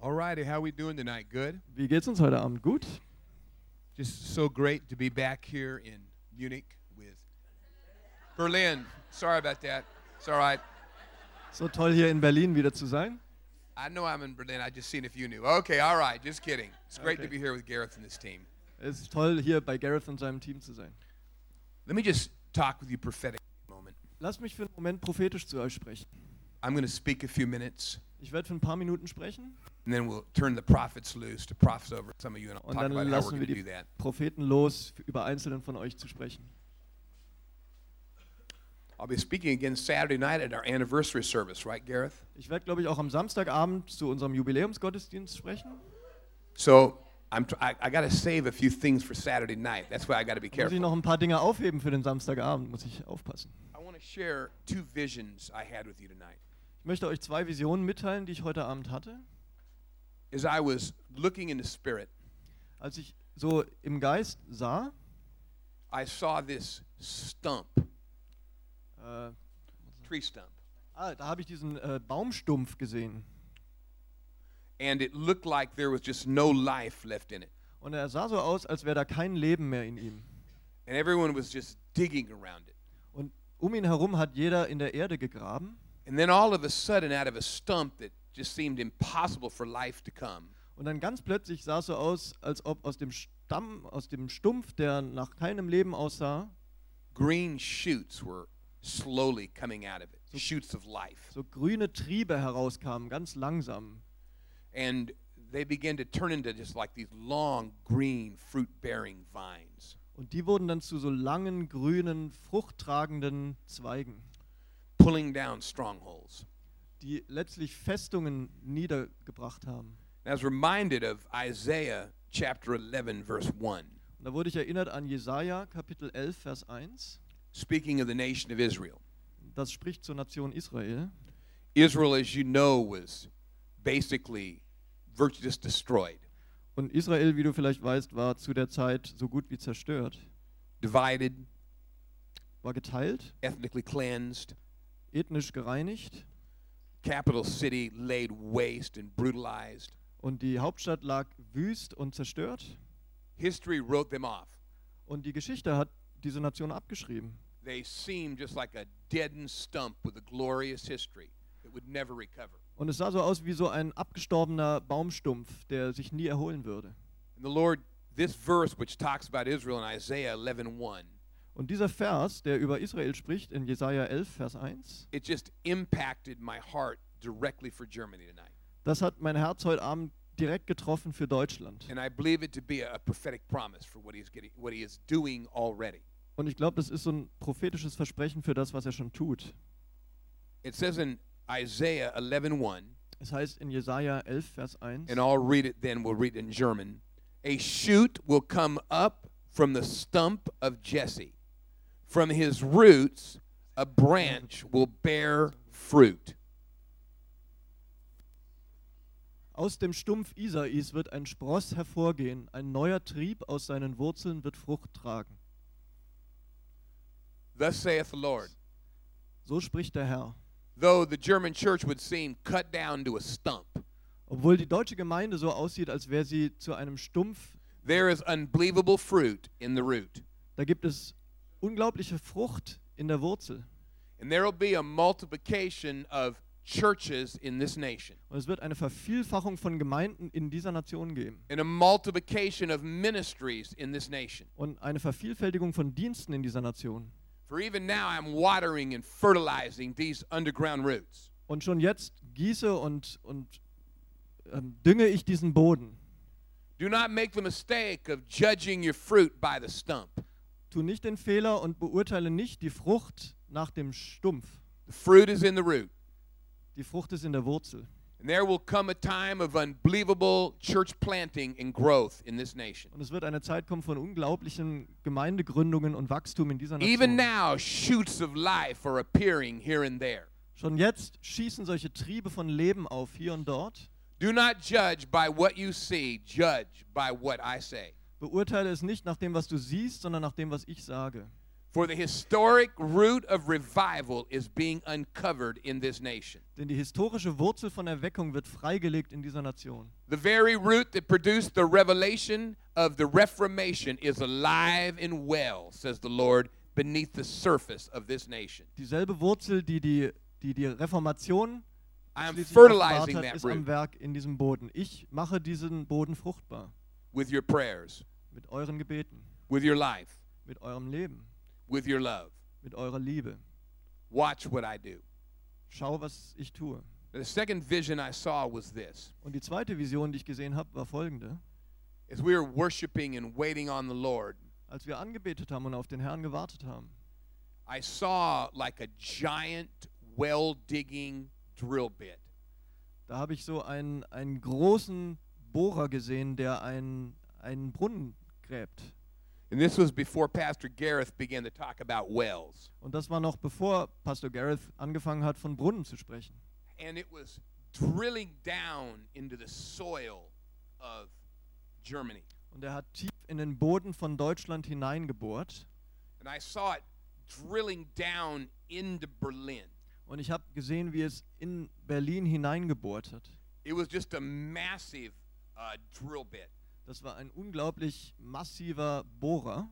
Friday. How we doing tonight? Good. Wie geht's uns heute Abend? Gut? Just so great to be back here in Munich with Berlin. Sorry about that. It's all right. So toll hier in Berlin wieder zu sein. I know I'm in Berlin. I just seen if you knew. Okay, all right. Just kidding. It's great to Okay. be here with Gareth and his team. Es ist toll hier bei Gareth und seinem Team zu sein. Let me just talk with you prophetic for a moment. Lasst mich für einen Moment prophetisch zu euch sprechen. I'm going to speak a few minutes, Ich werde für ein paar Minuten sprechen and then we'll turn the prophets loose to prophets over some of you, and I'll und talk dann about how we're lassen going to do wir die that. Propheten los, f- über einzelnen von euch zu sprechen. I'll be speaking again Saturday night at our anniversary service, right, Gareth? Ich werde, glaube ich, auch am Samstagabend zu unserem Jubiläumsgottesdienst sprechen. So I'm tr- I, I got to save a few things for Saturday night. That's why I got to be Da muss ich careful. noch ein paar Dinge aufheben für den Samstagabend, muss ich aufpassen. I want to share two visions I had with you tonight. Ich möchte euch zwei Visionen mitteilen, die ich heute Abend hatte. As I was looking in the spirit, Als ich so im Geist sah, I saw this stump, äh, tree stump, ah, da habe ich diesen äh, Baumstumpf gesehen. and it looked like there was just no life left in it. Und er sah so aus, als wäre da kein Leben mehr in ihm. And everyone was just digging around it. Und um ihn herum hat jeder in der Erde gegraben. And then all of a sudden, out of a stump that just seemed impossible for life to come, Und dann ganz plötzlich sah es so aus, als ob aus dem Stamm, aus dem Stumpf, der nach keinem Leben aussah, green shoots were slowly coming out of it, shoots of life. so grüne Triebe herauskamen, ganz langsam. and they began to turn into just like these long green fruit bearing vines Und die wurden dann zu so langen, grünen, fruchttragenden Zweigen, pulling down strongholds die letztlich Festungen niedergebracht haben. and i was reminded of isaiah chapter 11 verse 1 Und da wurde ich erinnert an Jesaja, Kapitel 11, Vers 1. speaking of the nation of israel Das spricht zur Nation Israel. israel as you know was basically virtually just destroyed Und Israel, wie du vielleicht weißt, war zu der Zeit so gut wie zerstört, divided war geteilt, ethnically cleansed ethnisch gereinigt capital city laid waste and brutalized und die Hauptstadt lag wüst und zerstört history wrote them off und die Geschichte hat diese Nation abgeschrieben. they seemed just like a deadened stump with a glorious history that would never recover Und es sah so aus wie so ein abgestorbener Baumstumpf, der sich nie erholen würde. And the Lord, this verse which talks about Israel in Isaiah 11:1, Und dieser Vers, der über Israel spricht, in Jesaja 11, Vers 1, it just impacted my heart directly for Germany tonight. das hat mein Herz heute Abend direkt getroffen für Deutschland. And I believe it to be a, a prophetic promise for what he's getting, what he is doing already. Und ich glaube, das ist so ein prophetisches Versprechen für das, was er schon tut. It says in Isaiah 11:1, Es heißt in Jesaja 11, Vers 1. and I'll read it then, we'll read it in German. A shoot will come up from the stump of Jesse. From his roots, a branch will bear fruit. Aus dem Stumpf Isais wird ein Spross hervorgehen, ein neuer Trieb aus seinen Wurzeln wird Frucht tragen. Thus saith the Lord. So spricht der Herr. though the German church would seem cut down to a stump, Obwohl die deutsche Gemeinde so aussieht, als wäre sie zu einem Stumpf, there is unbelievable fruit in the root. da gibt es unglaubliche Frucht in der Wurzel. And there will be a multiplication of churches in this nation, Und es wird eine Vervielfachung von Gemeinden in dieser Nation geben. and a multiplication of ministries in this nation. Und eine Vervielfältigung von Diensten in dieser Nation. For even now, I'm watering and fertilizing these underground roots. Und schon jetzt gieße und, und ähm, dünge ich diesen Boden. Do not make the mistake of judging your fruit by the stump. Tu nicht den Fehler und beurteile nicht die Frucht nach dem Stumpf. The fruit is in the root. Die Frucht ist in der Wurzel. And there will come a time of unbelievable church planting and growth in this nation. Und es wird eine Zeit kommen von unglaublichen Gemeindegründungen und Wachstum in dieser Nation. Even now, shoots of life are appearing here and there. Schon jetzt schießen solche Triebe von Leben auf hier und dort. Do not judge by what you see, judge by what I say. Beurteile es nicht nach dem, was du siehst, sondern nach dem, was ich sage. For the historic root of revival is being uncovered in this nation. Denn die historische Wurzel von Erweckung wird freigelegt in dieser Nation. The very root that produced the revelation of the Reformation is alive and well, says the Lord, beneath the surface of this nation. Dieselbe Wurzel, die die, die, die Reformation I am schließlich fertilizing offenbart hat, that ist am root Werk in diesem Boden. Ich mache diesen Boden fruchtbar. with your prayers, Mit euren Gebeten, with your life, mit eurem Leben, with your love. mit eurer Liebe. Watch what I do. Schau, was ich tue. The second vision I saw was this. Und die zweite Vision, die ich gesehen habe, war folgende. As we were worshiping and waiting on the Lord, Als wir angebetet haben und auf den Herrn gewartet haben, I saw like a giant well digging drill bit. da habe ich so einen, einen großen Bohrer gesehen, der einen, einen Brunnen gräbt. And this was before Pastor Gareth began to talk about wells. Und das war noch bevor Pastor Gareth angefangen hat, von Brunnen zu sprechen. And it was drilling down into the soil of Germany. Und er hat tief in den Boden von Deutschland hineingebohrt. And I saw it drilling down into Berlin. Und ich habe gesehen, wie es in Berlin hineingebohrt hat. It was just a massive uh, drill bit. Das war ein unglaublich massiver Bohrer.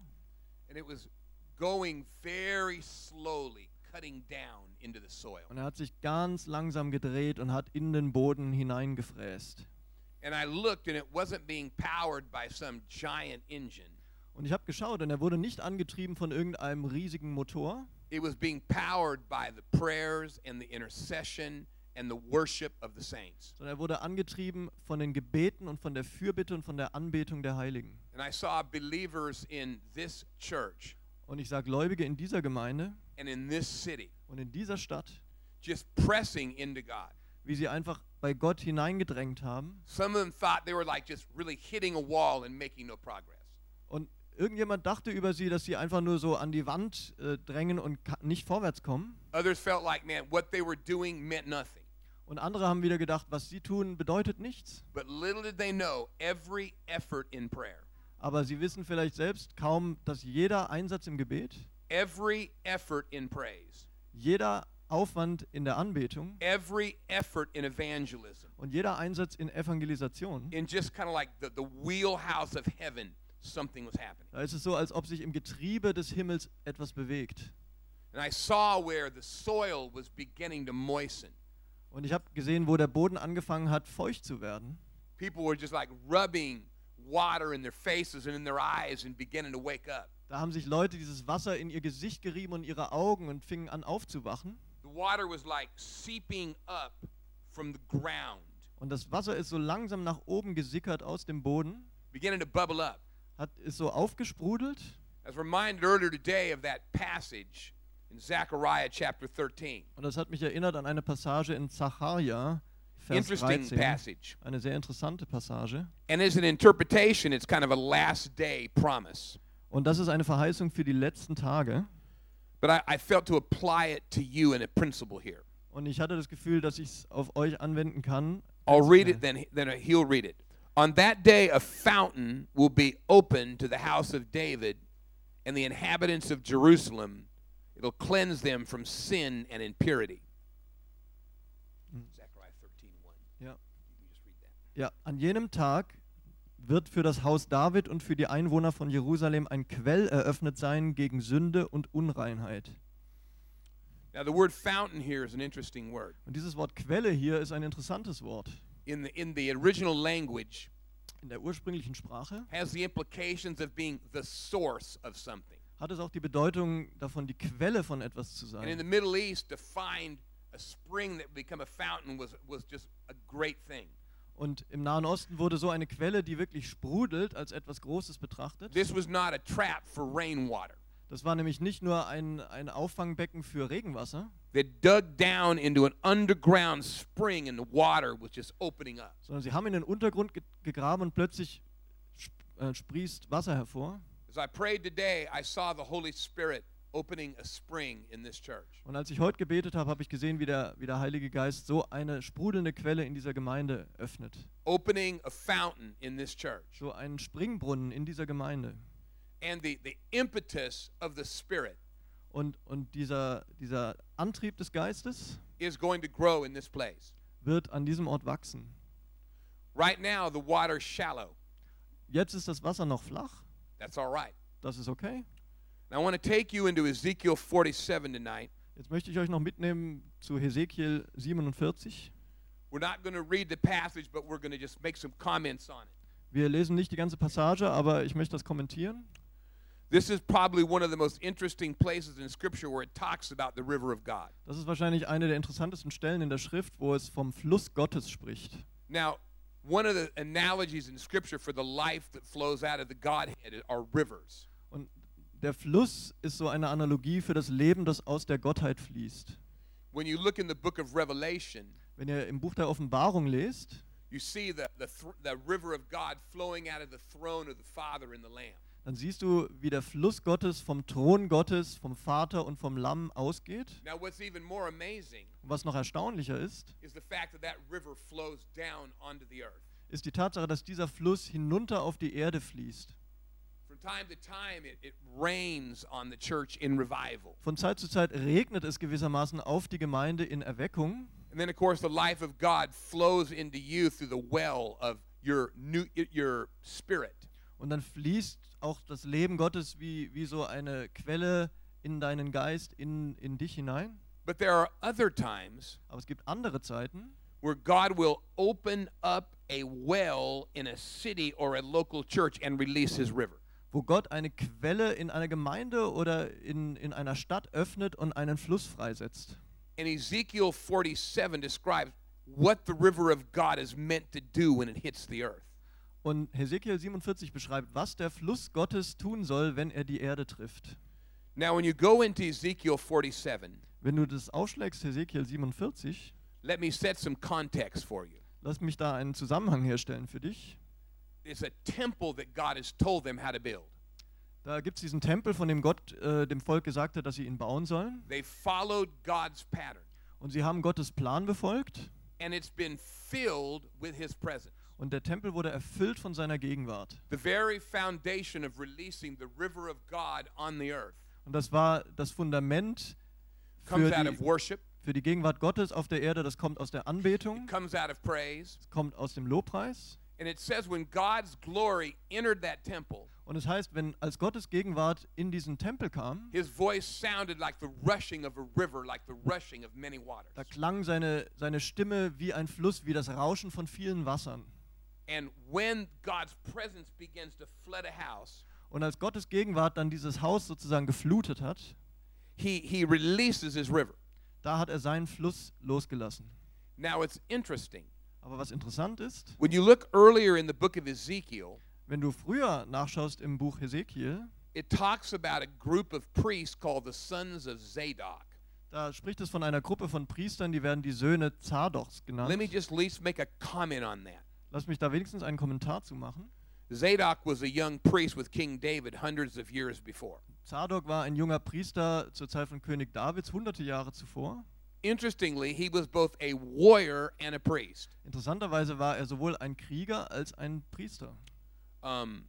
And it was going very slowly, cutting down into the soil. Und er hat sich ganz langsam gedreht und hat in den Boden hineingefräst. And I looked, and it wasn't being powered by some giant engine. Und ich habe geschaut und er wurde nicht angetrieben von irgendeinem riesigen Motor, It was being powered by the prayers and the intercession and the worship of the saints. sondern er wurde angetrieben von den Gebeten und von der Fürbitte und von der Anbetung der Heiligen. And I saw believers in this church Und ich sah Gläubige in dieser Gemeinde and in this city und in dieser Stadt, just pressing into God. wie sie einfach bei Gott hineingedrängt haben. Some of them thought they were like just really hitting a wall and making no progress. Und irgendjemand dachte über sie, dass sie einfach nur so an die Wand äh, drängen und ka- nicht vorwärts kommen. Others felt like, man, what they were doing meant nothing. Und andere haben wieder gedacht, was sie tun, bedeutet nichts. But little did they know, every effort in prayer, Aber sie wissen vielleicht selbst kaum, dass jeder Einsatz im Gebet, every effort in praise, jeder Aufwand in der Anbetung every effort in evangelism, und jeder Einsatz in Evangelisation, in just kind of like the, the wheelhouse of heaven, something was happening. da ist es so, als ob sich im Getriebe des Himmels etwas bewegt. And I saw where the soil was beginning to moisten. Und ich habe gesehen, wo der Boden angefangen hat, feucht zu werden. People were just like rubbing water in their faces and in their eyes and beginning to wake up. Da haben sich Leute dieses Wasser in ihr Gesicht gerieben und ihre Augen und fingen an aufzuwachen. The water was like seeping up from the ground, Und das Wasser ist so langsam nach oben gesickert aus dem Boden, beginning to bubble up. hat, ist so aufgesprudelt. I was reminded earlier today of that passage in Zechariah chapter 13. Und das hat mich erinnert an eine Passage in Zacharia, Vers Interesting 13. passage. Eine sehr interessante Passage. And as an interpretation, it's kind of a last day promise. Und das ist eine Verheißung für die letzten Tage. But I, I felt to apply it to you in a principle here. Und ich hatte das Gefühl, dass ich es auf euch anwenden kann. I'll read it, then, then he'll read it. On that day, a fountain will be opened to the house of David and the inhabitants of Jerusalem. It'll cleanse them from sin and impurity. Zechariah 13 Ja. You can just read that. Ja, an jenem Tag wird für das Haus David und für die Einwohner von Jerusalem ein Quell eröffnet sein gegen Sünde und Unreinheit. Now, the word fountain here is an interesting word. Und dieses Wort Quelle hier ist ein interessantes Wort. In the, in the original language, In der ursprünglichen Sprache has the implications of being the source of something. hat es auch die Bedeutung davon, die Quelle von etwas zu And in sein. the Middle East, to find a spring that become a fountain was, was just a great thing. Und im Nahen Osten wurde so eine Quelle, die wirklich sprudelt, als etwas Großes betrachtet. This was not a trap for rainwater. Das war nämlich nicht nur ein, ein Auffangbecken für Regenwasser, They dug down into an underground spring and the water was just opening up. sondern sie haben in den Untergrund ge gegraben und plötzlich sp äh, sprießt Wasser hervor. As I prayed today, I saw the Holy Spirit opening a spring in this church. Und als ich heute gebetet habe, habe ich gesehen, wie der, wie der Heilige Geist so eine sprudelnde Quelle in dieser Gemeinde öffnet. Opening a fountain in this church. So einen Springbrunnen in dieser Gemeinde. And the, the impetus of the Spirit Und, und dieser, dieser Antrieb des Geistes is going to grow in this place. wird an diesem Ort wachsen. Right now, the water's shallow. Jetzt ist das Wasser noch flach, That's all right. das ist okay. And I want to take you into Ezekiel 47 tonight. Jetzt möchte ich euch noch mitnehmen zu Hesekiel 47. We're not going to read the passage, but we're going to just make some comments on it. Wir lesen nicht die ganze Passage, aber ich möchte das kommentieren. This is probably one of the most interesting places in Scripture where it talks about the river of God. Das ist wahrscheinlich eine der interessantesten Stellen in der Schrift, wo es vom Fluss Gottes spricht. Now, one of the analogies in Scripture for the life that flows out of the Godhead are rivers. Und der Fluss ist so eine Analogie für das Leben, das aus der Gottheit fließt. When you look in the book of Revelation, Wenn ihr im Buch der Offenbarung lest, you see the, the, thr the river of God flowing out of the throne of the Father and the Lamb. dann siehst du, wie der Fluss Gottes vom Thron Gottes, vom Vater und vom Lamm ausgeht. Now, what's even more amazing Und was noch erstaunlicher ist, is the fact that that river flows down onto the earth. ist die Tatsache, dass dieser Fluss hinunter auf die Erde fließt. From time to time, it, it rains on the church in revival. Von Zeit zu Zeit regnet es gewissermaßen auf die Gemeinde in Erweckung. And then, of course, the life of God flows into you through the well of your, new, your spirit. Und dann fließt auch das Leben Gottes wie, wie so eine Quelle in deinen Geist, in, in dich hinein. But there are other times Aber es gibt andere Zeiten, where God will open up a well in a city or a local church and release his river. wo Gott eine Quelle in einer Gemeinde oder in, in einer Stadt öffnet und einen Fluss freisetzt. And Ezekiel 47 describes what the river of God is meant to do when it hits the earth. Und Hesekiel 47 beschreibt, was der Fluss Gottes tun soll, wenn er die Erde trifft. Now, when you go into Ezekiel 47, Wenn du das aufschlägst, Hesekiel 47, let me set some context for you. lass mich da einen Zusammenhang herstellen für dich. It's a temple that God has told them how to build. Da gibt es diesen Tempel, von dem Gott äh, dem Volk gesagt hat, dass sie ihn bauen sollen. They followed God's pattern, Und sie haben Gottes Plan befolgt. and it's been filled with his presence. Und der Tempel wurde erfüllt von seiner Gegenwart. The very foundation of releasing the river of God on the earth Und das war das Fundament für comes out die, of worship, für die Gegenwart Gottes auf der Erde. Das kommt aus der Anbetung, comes out of praise. das kommt aus dem Lobpreis. And it says when God's glory entered that temple, Und es heißt, wenn als Gottes Gegenwart in diesen Tempel kam, his voice sounded like the rushing of a river, like the rushing of many waters. da klang seine, seine Stimme wie ein Fluss, wie das Rauschen von vielen Wassern. And when God's presence begins to flood a house, Und als Gottes Gegenwart dann dieses Haus sozusagen geflutet hat, he, he releases his river. da hat er seinen Fluss losgelassen. Now it's interesting. Aber was interessant ist, When you look earlier in the book of Ezekiel, wenn du früher nachschaust im Buch Hesekiel, it talks about a group of priests called the sons of Zadok. Da spricht es von einer Gruppe von Priestern, die werden die Söhne Zadochs Let me genannt. just at least make a comment on that. Lass mich da wenigstens einen Kommentar zu machen. Zadok was a young priest with King David hundreds of years before. Zadok war ein junger Priester zur Zeit von König Davids, hunderte Jahre zuvor. Interestingly, he was both a warrior and a priest. Interessanterweise war er sowohl ein Krieger als ein Priester. Um,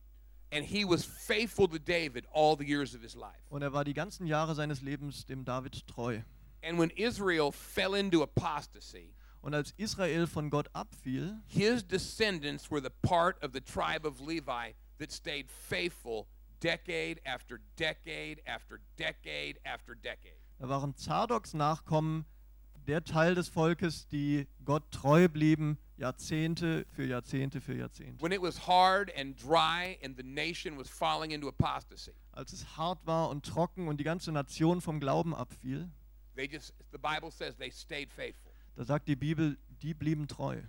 and he was faithful to David all the years of his life. Und er war die ganzen Jahre seines Lebens dem David treu. And when Israel fell into apostasy, Und als Israel von Gott abfiel, his descendants were the part of the tribe of Levi that stayed faithful decade after decade after decade after decade. da waren Zadoks Nachkommen der Teil des Volkes, die Gott treu blieben, Jahrzehnte für Jahrzehnte für Jahrzehnte. When it was hard and dry and the nation was falling into apostasy, als es hart war und trocken und die ganze Nation vom Glauben abfiel, they just the Bible says they stayed faithful. da sagt die Bibel, die blieben treu.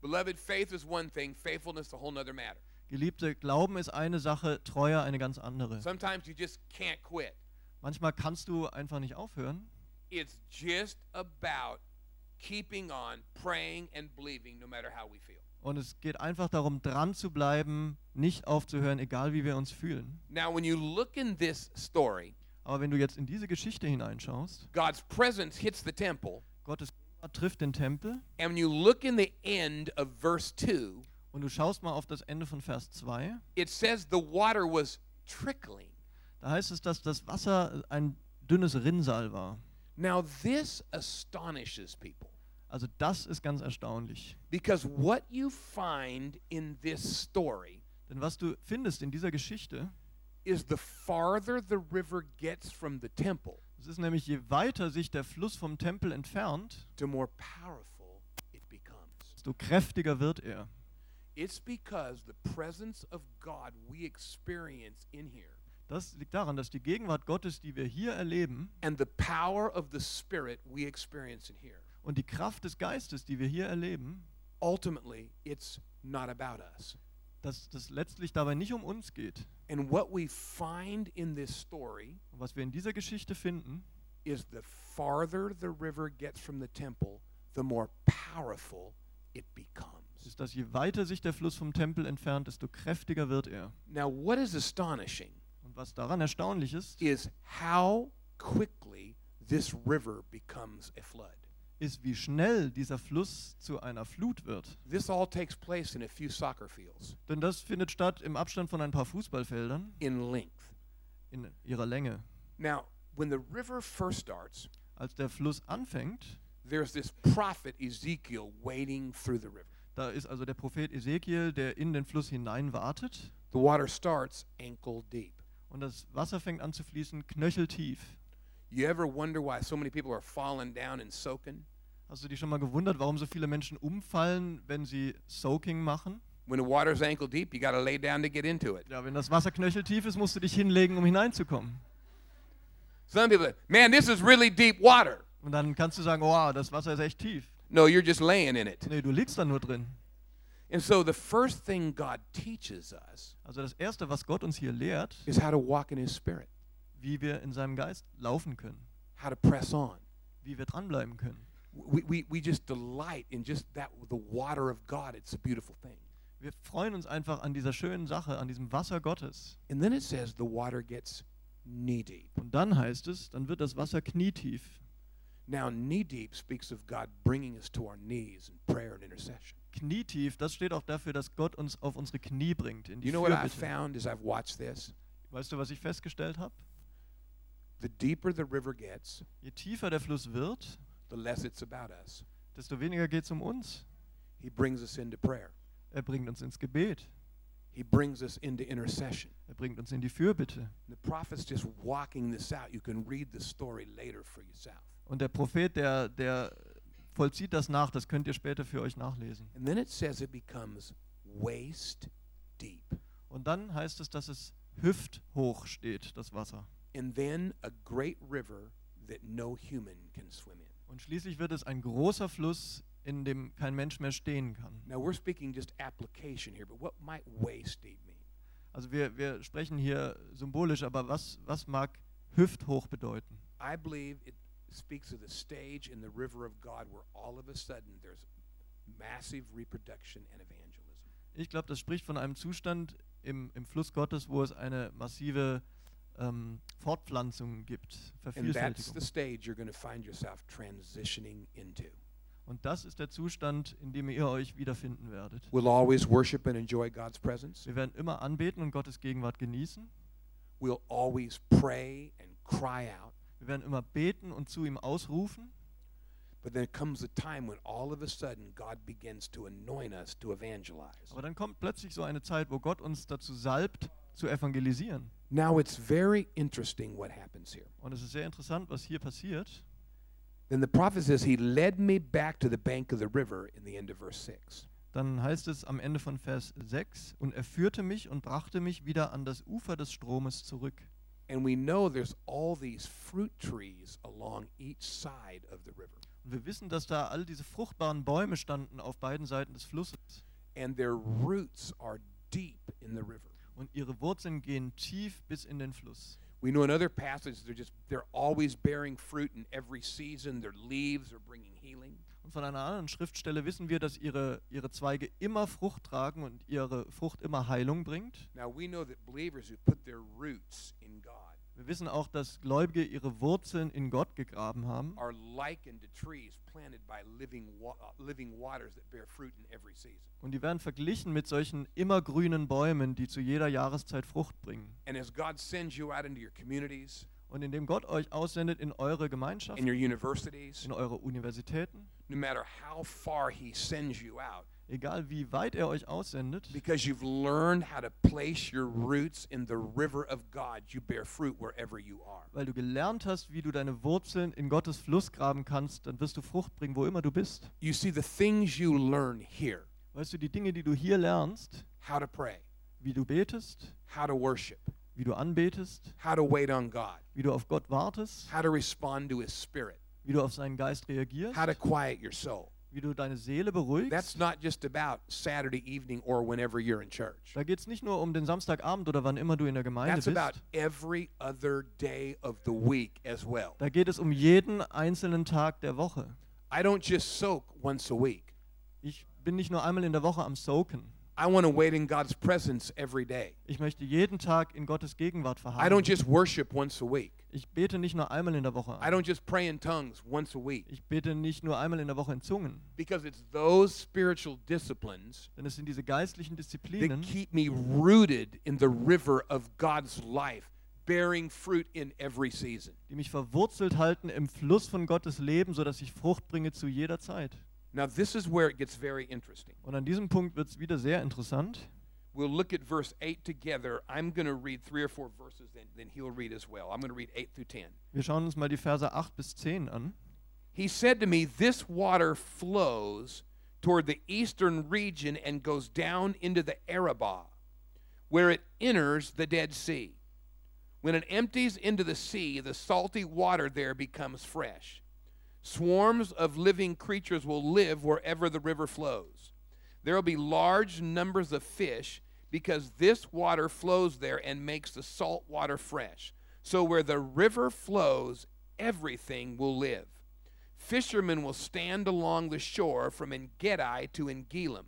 Beloved, faith is one thing, faithfulness a whole nother matter. Geliebte, Glauben ist eine Sache, Treue eine ganz andere. Sometimes you just can't quit. Manchmal kannst du einfach nicht aufhören. It's just about keeping on praying and believing no matter how we feel. Und es geht einfach darum, dran zu bleiben, nicht aufzuhören, egal wie wir uns fühlen. Now, when you look in this story, Aber wenn du jetzt in diese Geschichte hineinschaust, God's presence hits the temple. Gottes Gegenwart trifft den Tempel And when you look in the end of verse 2, und du schaust mal auf das Ende von Vers 2, it says the water was trickling. da heißt es, dass das Wasser ein dünnes Rinnsal war. Now, this astonishes people Also das ist ganz erstaunlich. because what you find in this story Denn was du findest in dieser Geschichte, is the farther the river gets from the temple, es ist nämlich, je weiter sich der Fluss vom Tempel entfernt, the more powerful it becomes. desto kräftiger wird er. It's because the presence of God we experience in here Das liegt daran, dass die Gegenwart Gottes, die wir hier erleben, and the power of the Spirit we experience in here. und die Kraft des Geistes, die wir hier erleben, Ultimately, it's not about us. dass das letztlich dabei nicht um uns geht. And what we find in this story Und was wir in dieser Geschichte finden, is the farther the river gets from the temple, the more powerful it becomes. ist, dass je weiter sich der Fluss vom Tempel entfernt, desto kräftiger wird er. Now, what is astonishing Und was daran erstaunlich ist, is how quickly this river becomes a flood. ist, wie schnell dieser Fluss zu einer Flut wird. This all takes place in a few soccer fields Denn das findet statt im Abstand von ein paar Fußballfeldern in length. in ihrer Länge. Now, when the river first starts, Als der Fluss anfängt, there's this prophet Ezekiel wading through the river. da ist also der Prophet Ezekiel, der in den Fluss hinein wartet The water starts ankle deep. und das Wasser fängt an zu fließen, knöcheltief. You ever wonder why so many people are falling down and soaking? Hast du dich schon mal gewundert, warum so viele Menschen umfallen, wenn sie Soaking machen? When the water's ankle deep, you got to lay down to get into it. Ja, wenn das Wasser knöcheltief ist, musst du dich hinlegen, um hineinzukommen. Some people, say, man, this is really deep water. Und dann kannst du sagen, wow, das Wasser ist echt tief. No, you're just laying in it. Nee, du liegst da nur drin. And so the first thing God teaches us Also das Erste, was Gott uns hier lehrt, is how to walk in His Spirit, wie wir in seinem Geist laufen können, how to press on. wie wir dranbleiben können. We, we, we just delight in just that, the water of God. It's a beautiful thing. Wir freuen uns einfach an dieser schönen Sache, an diesem Wasser Gottes. And then it says the water gets knee deep. Und dann heißt es, dann wird das Wasser knietief. Now, knee deep speaks of God bringing us to our knees in prayer and intercession. Knietief, das steht auch dafür, dass Gott uns auf unsere Knie bringt, in die You know what I've Fürbitte. found as I've watched this? Weißt du, was ich festgestellt habe? The deeper the river gets, Je tiefer der Fluss wird, the less it's about us. desto weniger geht es um uns. He brings us into prayer, Er bringt uns ins Gebet. He brings us into intercession. Er bringt uns in die Fürbitte. The prophet's just walking this out. You can read the story later for yourself. Und der Prophet, der, der vollzieht das nach. Das könnt ihr später für euch nachlesen. And then it says it becomes waist deep. Und dann heißt es, dass es hüfthoch steht, das Wasser. And then a great river that no human can swim in. Und schließlich wird es ein großer Fluss, in dem kein Mensch mehr stehen kann. Now we're speaking just application here, but what might waist deep mean? Also wir, wir sprechen hier symbolisch, aber was, was mag hüfthoch bedeuten? I believe it speaks of the stage in the river of God where all of a sudden there's massive reproduction and evangelism. Ich glaube, das spricht von einem Zustand im, im Fluss Gottes, wo es eine massive ähm, Fortpflanzung gibt, And that's the Vervielfältigung. stage you're going to find yourself transitioning into. Und das ist der Zustand, in dem ihr euch wiederfinden werdet. We'll always worship and enjoy God's presence. Wir werden immer anbeten und Gottes Gegenwart genießen. We'll always pray and cry out. Wir werden immer beten und zu ihm ausrufen. But then comes a time when all of a sudden God begins to anoint us to evangelize. Aber dann kommt plötzlich so eine Zeit, wo Gott uns dazu salbt, zu evangelisieren. Now it's very interesting what happens here. Und es ist sehr interessant, was hier passiert. Then the prophet says, He led me back to the bank of the river in the end of verse 6. Dann heißt es am Ende von Vers 6, und er führte mich und brachte mich wieder an das Ufer des Stromes zurück. And we know there's all these fruit trees along each side of the river. Und wir wissen, dass da all diese fruchtbaren Bäume standen auf beiden Seiten des Flusses. And their roots are deep in the river. Und ihre Wurzeln gehen tief bis in den Fluss. We know in other passages they're just they're always bearing fruit in every season. Their leaves are bringing healing. Und von einer anderen Schriftstelle wissen wir, dass ihre, ihre Zweige immer Frucht tragen und ihre Frucht immer Heilung bringt. Now we know that believers who put their roots in God Wir wissen auch, dass Gläubige ihre Wurzeln in Gott gegraben haben. are likened to trees planted by living wa- uh, living waters that bear fruit in every season. Und die werden verglichen mit solchen immergrünen Bäumen, die zu jeder Jahreszeit Frucht bringen. And as God sends you out into your communities, und indem Gott euch aussendet in eure Gemeinschaft, in your universities, in eure Universitäten, no matter how far He sends you out, egal wie weit er euch aussendet, because you've learned how to place your roots in the river of God, you bear fruit wherever you are. weil du gelernt hast, wie du deine Wurzeln in Gottes Fluss graben kannst, dann wirst du Frucht bringen, wo immer du bist. You see, the things you learn here Weißt du, die Dinge, die du hier lernst, how to pray, wie du betest, how to worship, wie du anbetest, how to wait on God, wie du auf Gott wartest, how to respond to His Spirit, wie du auf seinen Geist reagierst, how to quiet your soul. wie du deine Seele beruhigst. That's not just about Saturday evening or whenever you're in church. Da geht es nicht nur um den Samstagabend oder wann immer du in der Gemeinde That's about bist. every other day of the week as well. Da geht es um jeden einzelnen Tag der Woche. I don't just soak once a week. Ich bin nicht nur einmal in der Woche am Soaken. I want to wait in God's presence every day. Ich möchte jeden Tag in Gottes Gegenwart I don't verharren. just worship once a week. Ich bete nicht nur einmal in der Woche I an. don't just pray in tongues once a week. Ich bete nicht nur einmal in der Woche in Zungen. Because it's those spiritual disciplines Denn es sind diese geistlichen that Disziplinen, keep me rooted in the river of God's life, bearing fruit in every season. die mich verwurzelt halten im Fluss von Gottes Leben, sodass ich Frucht bringe zu jeder Zeit. Now, this is where it gets very interesting. Und an diesem Punkt wird es wieder sehr interessant. We'll look at verse 8 together. I'm going to read three or four verses, then, then he'll read as well. I'm going to read 8 through 10. Wir schauen uns mal die Verse 8 bis 10 an. He said to me, This water flows toward the eastern region and goes down into the Arabah, where it enters the Dead Sea. When it empties into the sea, the salty water there becomes fresh. Swarms of living creatures will live wherever the river flows. There will be large numbers of fish because this water flows there and makes the salt water fresh. So where the river flows, everything will live. Fishermen will stand along the shore from Engedi to Engelim.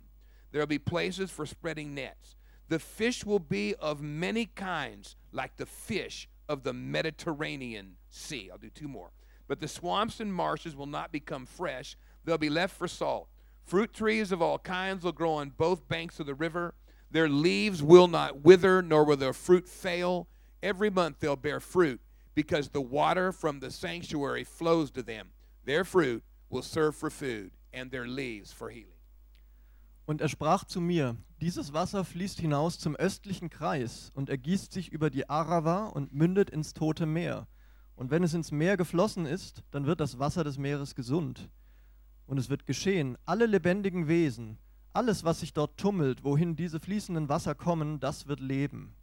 There will be places for spreading nets. The fish will be of many kinds, like the fish of the Mediterranean Sea. I'll do two more. But the swamps and marshes will not become fresh, they'll be left for salt. Fruit trees of all kinds will grow on both banks of the river. Their leaves will not wither, nor will their fruit fail. Every month they'll bear fruit, because the water from the sanctuary flows to them. Their fruit will serve for food, and their leaves for healing. Und er sprach zu mir, dieses Wasser fließt hinaus zum östlichen Kreis und ergießt sich über die Arava und mündet ins Tote Meer. Und wenn es ins Meer geflossen ist, dann wird das Wasser des Meeres gesund. Und es wird geschehen, alle lebendigen Wesen, alles, was sich dort tummelt, wohin diese fließenden Wasser kommen, das wird leben.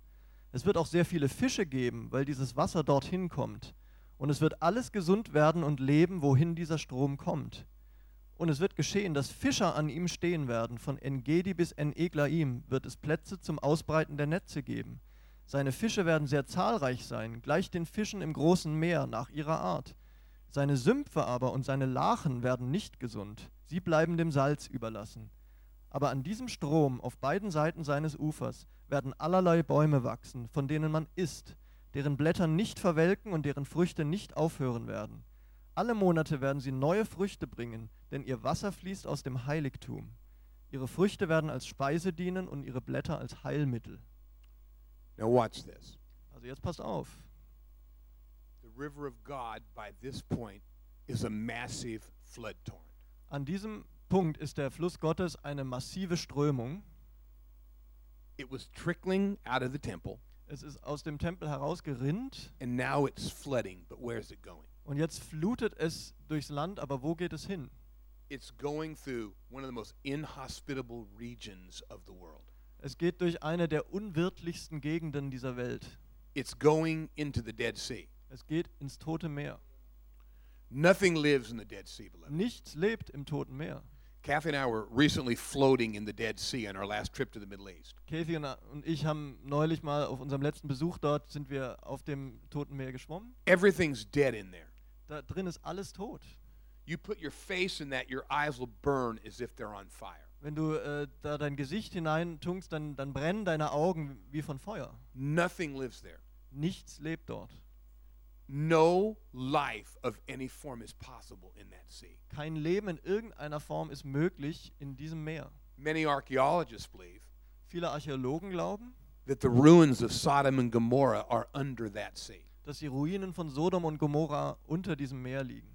Es wird auch sehr viele Fische geben, weil dieses Wasser dorthin kommt. Und es wird alles gesund werden und leben, wohin dieser Strom kommt. Und es wird geschehen, dass Fischer an ihm stehen werden. Von Engedi bis Eneglaim wird es Plätze zum Ausbreiten der Netze geben. Seine Fische werden sehr zahlreich sein, gleich den Fischen im großen Meer nach ihrer Art. Seine Sümpfe aber und seine Lachen werden nicht gesund. Sie bleiben dem Salz überlassen. Aber an diesem Strom, auf beiden Seiten seines Ufers, werden allerlei Bäume wachsen, von denen man isst, deren Blätter nicht verwelken und deren Früchte nicht aufhören werden. Alle Monate werden sie neue Früchte bringen, denn ihr Wasser fließt aus dem Heiligtum. Ihre Früchte werden als Speise dienen und ihre Blätter als Heilmittel. Now, watch this. Also jetzt passt auf. The river of God, by this point, is a massive flood torrent. An diesem Punkt ist der Fluss Gottes eine massive Strömung. It was trickling out of the temple, Es ist aus dem Tempel herausgerinnt and now it's flooding, but where's it going? und jetzt flutet es durchs Land, aber wo geht es hin? It's going through one of the most inhospitable regions of the world. Es geht durch eine der unwirtlichsten Gegenden dieser Welt. It's going into the Dead Sea. Es geht ins Tote Meer. Nothing lives in the Dead Sea, beloved. Nichts lebt im Toten Meer. Kathy and I were recently floating in the Dead Sea on our last trip to the Middle East. Kathy und, und ich haben neulich mal auf unserem letzten Besuch dort sind wir auf dem Toten Meer geschwommen. Everything's dead in there. Da drin ist alles tot. You put your face in that, your eyes will burn as if they're on fire. Wenn du äh, da dein Gesicht hineintunkst, dann, dann brennen deine Augen wie von Feuer. Nothing lives there. Nichts lebt dort. No life of any form is possible in that sea. Kein Leben in irgendeiner Form ist möglich in diesem Meer. Many archaeologists believe Viele Archäologen glauben, that the ruins of Sodom and Gomorrah are under that sea. dass die Ruinen von Sodom und Gomorra unter diesem Meer liegen.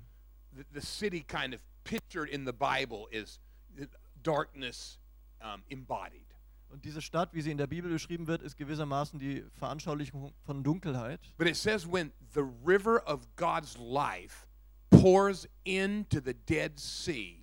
The, the city kind of pictured in the Bible is darkness um, embodied. Und diese Stadt, wie sie in der Bibel beschrieben wird, ist gewissermaßen die Veranschaulichung von Dunkelheit. But it says when the river of God's life pours into the Dead Sea,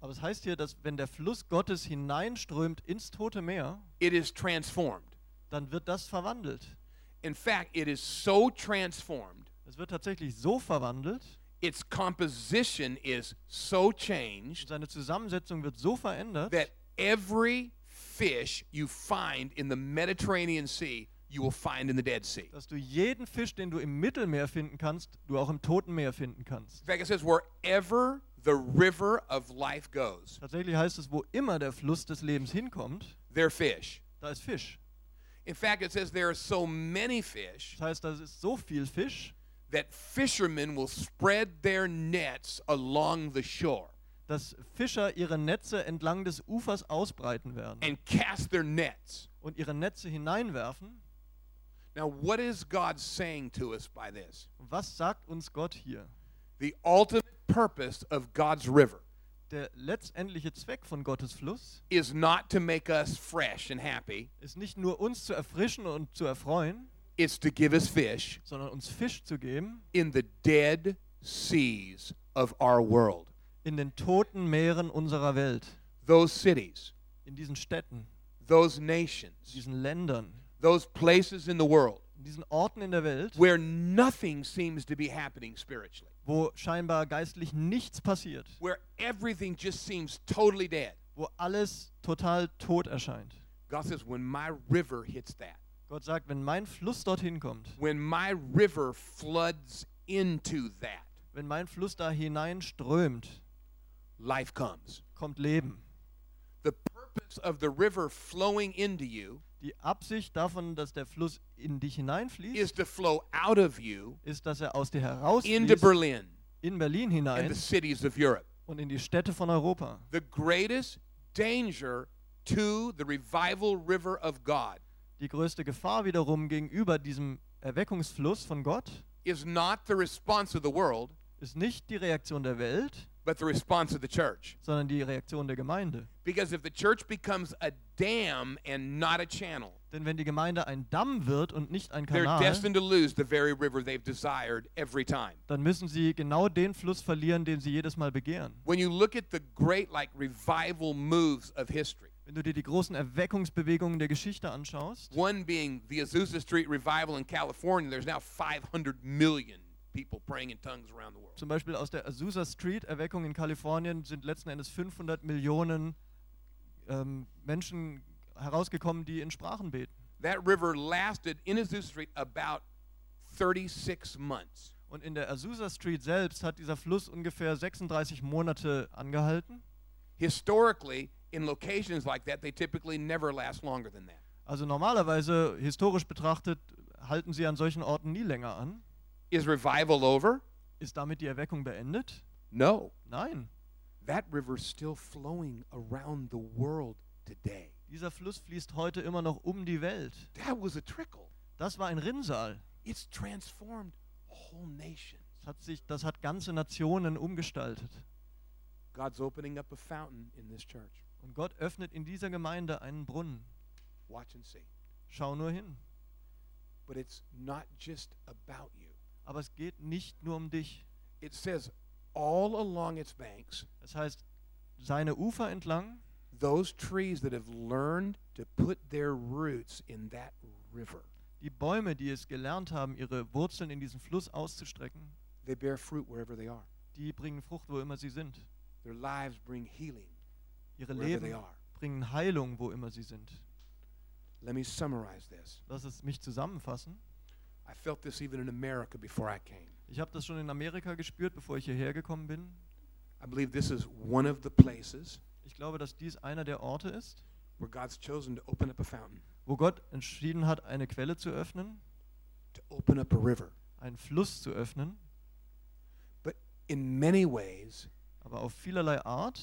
Aber es heißt hier, dass wenn der Fluss Gottes hineinströmt ins Tote Meer, it is transformed. dann wird das verwandelt. In fact, it is so transformed, Es wird tatsächlich so verwandelt, its composition is so changed seine Zusammensetzung wird so verändert, that every fish you find in the Mediterranean Sea, you will find in the Dead Sea. dass du jeden Fisch, den du im Mittelmeer finden kannst, du auch im Toten Meer finden kannst. In fact, it says wherever the river of life goes, Tatsächlich heißt es, wo immer der Fluss des Lebens hinkommt, there fish. da ist Fisch. In fact, it says there are so many fish Das heißt, da ist so viel Fisch, that fishermen will spread their nets along the shore dass Fischer ihre Netze entlang des Ufers ausbreiten werden and cast their nets. und ihre Netze hineinwerfen. Now, what is God saying to us by this? Und was sagt uns Gott hier? The ultimate purpose of God's river Der letztendliche Zweck von Gottes Fluss is not to make us fresh and happy, ist nicht nur uns zu erfrischen und zu erfreuen, it's to give us fish sondern uns Fisch zu geben in the dead seas of our world. in den toten Meeren unserer Welt, Those cities, in diesen Städten, those in nations, diesen Ländern, those places in the world in diesen Orten in der Welt, where nothing seems to be happening spiritually, wo scheinbar geistlich nichts passiert, where everything just seems totally dead. wo alles total tot erscheint. God says, when my river hits that, Gott sagt, wenn mein Fluss dorthin kommt, when my river floods into that, wenn mein Fluss da hineinströmt, life comes. kommt Leben. The purpose of the river flowing into you Die Absicht davon, dass der Fluss in dich is hineinfließt, to flow out of you ist, dass er aus dir into herausfließt, Berlin in Berlin and the hinein cities of Europe. und in die Städte von Europa. The greatest danger to the revival river of God Die größte Gefahr wiederum gegenüber diesem Erweckungsfluss von Gott is not the response of the world, ist nicht die Reaktion der Welt, but the response of the church. sondern die Reaktion der Gemeinde. Because if the church becomes a dam and not a channel, Denn wenn die Gemeinde ein Damm wird und nicht ein they're Kanal, destined to lose the very river they've desired every time. dann müssen sie genau den Fluss verlieren, den sie jedes Mal begehren. When you look at the great like revival moves of history, Wenn du dir die großen Erweckungsbewegungen der Geschichte anschaust, one being the Azusa Street revival in California, there's now 500 million people praying in tongues around the world. zum Beispiel aus der Azusa Street Erweckung in Kalifornien sind letzten Endes 500 Millionen ähm, Menschen herausgekommen, die in Sprachen beten. That river lasted in Azusa Street about 36 months. Und in der Azusa Street selbst hat dieser Fluss ungefähr 36 Monate angehalten. Historically, in locations like that, they typically never last longer than that. Also normalerweise, historisch betrachtet, halten sie an solchen Orten nie länger an. Is revival over? Ist damit die Erweckung beendet? No. Nein. That river's still flowing around the world today. Dieser Fluss fließt heute immer noch um die Welt. That was a trickle. Das war ein Rinnsal. It's transformed whole nations. Das hat, sich, das hat ganze Nationen umgestaltet. God's opening up a fountain in this church. Und Gott öffnet in dieser Gemeinde einen Brunnen. Watch and see. Schau nur hin. But it's not just about you. Aber es geht nicht nur um dich. It says all along its banks, Das heißt, seine Ufer entlang, those trees that have learned to put their roots in that river, die Bäume, die es gelernt haben, ihre Wurzeln in diesen Fluss auszustrecken, they bear fruit wherever they are. die bringen Frucht, wo immer sie sind. Their lives bring healing Ihre wherever they Leben are. bringen Heilung, wo immer sie sind. Let me summarize this. Lass es mich zusammenfassen. I felt this even in America before I came. Ich habe das schon in Amerika gespürt, bevor ich hierher gekommen bin. I believe this is one of the places Ich glaube, dass dies einer der Orte ist, where God's chosen to open up a fountain, wo Gott entschieden hat, eine Quelle zu öffnen, to open up a river. einen Fluss zu öffnen. But in many ways, Aber auf vielerlei Art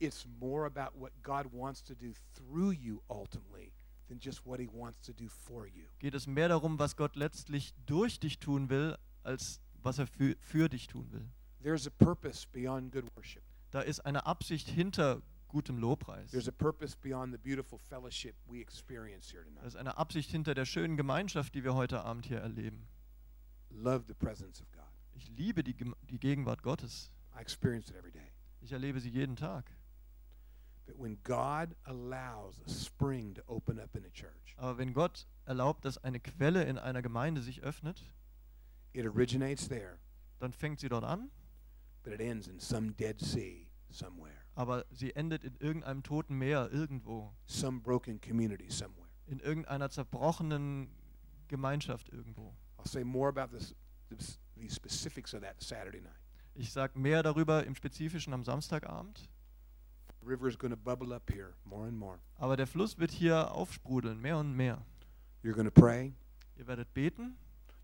it's more about what God wants to do through you ultimately than just what He wants to do for you. geht es mehr darum, was Gott letztlich durch dich tun will, als was er für, für dich tun will. There's a purpose beyond good worship. Da ist eine Absicht hinter gutem Lobpreis. There's a purpose beyond the beautiful fellowship we experience here Da ist tonight. eine Absicht hinter der schönen Gemeinschaft, die wir heute Abend hier erleben. Love the presence of God. Ich liebe die, Gem- die Gegenwart Gottes. I experience it every day. Ich erlebe sie jeden Tag. But when God allows a spring to open up in a church, Aber wenn Gott erlaubt, dass eine Quelle in einer Gemeinde sich öffnet, it originates there, dann fängt sie dort an, but it ends in some dead sea somewhere, aber sie endet in irgendeinem toten Meer irgendwo, some broken community somewhere. in irgendeiner zerbrochenen Gemeinschaft irgendwo. I'll say more about this, this, the specifics of that Saturday night. Ich sage mehr darüber im Spezifischen am Samstagabend, The river is going to bubble up here more and more. aber der Fluss wird hier aufsprudeln, mehr und mehr. You're going to pray. Ihr werdet beten,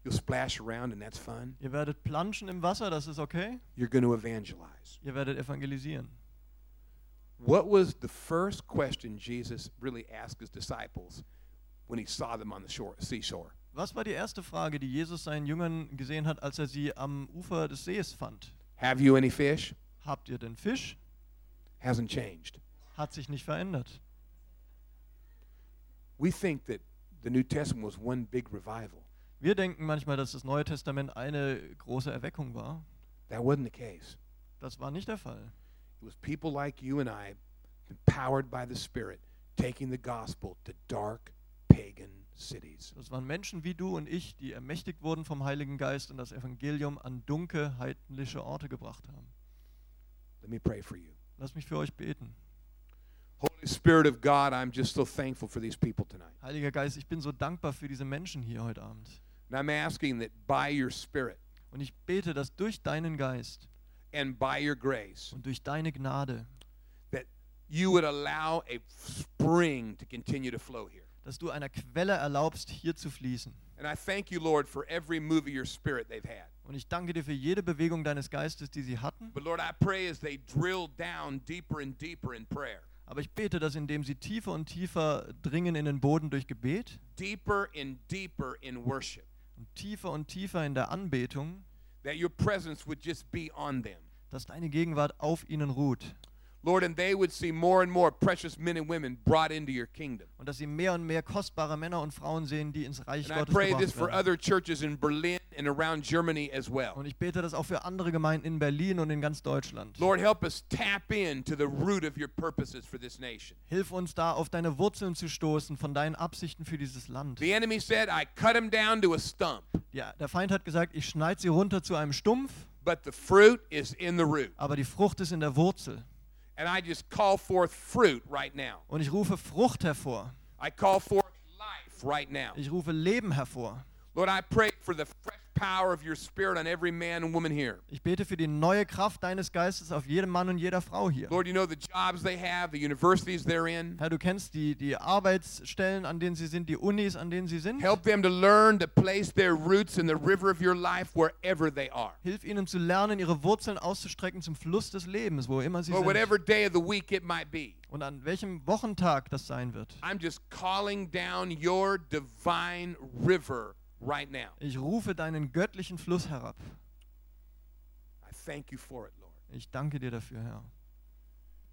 You'll splash around, and that's fun. ihr werdet planschen im Wasser, das ist okay, You're going to evangelize. ihr werdet evangelisieren. What was the first question Jesus really asked his disciples when he saw them on the shore, seashore? Was war die erste Frage, die Jesus seinen Jüngern gesehen hat, als er sie am Ufer des Sees fand? Have you any fish? Habt ihr den Fisch? Hasn't changed. Hat sich nicht verändert. We think that the New Testament was one big revival. Wir denken manchmal, dass das Neue Testament eine große Erweckung war. That wasn't the case. Das war nicht der Fall. It was people like you and I, empowered by the Spirit, taking the gospel to dark pagan cities. Das waren Menschen wie du und ich, die ermächtigt wurden vom Heiligen Geist und das Evangelium an dunkle, heidnische Orte gebracht haben. Let me pray for you. Lass mich für euch beten. Holy Spirit of God, I'm just so thankful for these people tonight. Heiliger Geist, ich bin so dankbar für diese Menschen hier heute Abend. And I'm asking that by your Spirit Und ich bete, dass durch deinen Geist and by your grace, und durch deine Gnade, that you would allow a spring to continue to flow here. dass du einer Quelle erlaubst, hier zu fließen. And I thank you, Lord, for every move of your Spirit they've had. Und ich danke dir für jede Bewegung deines Geistes, die sie hatten. But Lord, I pray as they drill down deeper and deeper in prayer, Aber ich bete, dass indem sie tiefer und tiefer dringen in den Boden durch Gebet deeper and deeper in worship, und tiefer und tiefer in der Anbetung, that your presence would just be on them. dass deine Gegenwart auf ihnen ruht Lord, and they would see more and more precious men and women brought into your kingdom. und dass sie mehr und mehr kostbare Männer und Frauen sehen, die ins Reich And I Gottes pray this gebracht for werden. other churches in Berlin and around Germany as well. Und ich bete das auch für andere Gemeinden in Berlin und in ganz Deutschland. Lord, help us tap into the root of your purposes for this nation. Hilf uns da, auf deine Wurzeln zu stoßen, von deinen Absichten für dieses Land. The enemy said, I cut him down to a stump, Ja, der Feind hat gesagt, ich schneide sie runter zu einem Stumpf, but the fruit is in the root. aber die Frucht ist in der Wurzel. And I just call forth fruit right now. Und ich rufe Frucht hervor. I call forth life right now. Ich rufe Leben hervor. Lord, I pray for the fresh power of your spirit on every man and woman here. Ich bete für die neue Kraft deines Geistes auf jedem Mann und jeder Frau hier. Lord, you know the jobs they have, the universities they're in. Herr, du kennst die, die Arbeitsstellen, an denen sie sind, die Unis, an denen sie sind. Help them to learn to place their roots in the river of your life wherever they are. Hilf ihnen zu lernen, ihre Wurzeln auszustrecken zum Fluss des Lebens, wo immer sie Or whatever sind. day of the week it might be. Und an welchem Wochentag das sein wird. I'm just calling down your divine river right now. Ich rufe deinen göttlichen Fluss herab. I thank you for it, Lord. Ich danke dir dafür, Herr.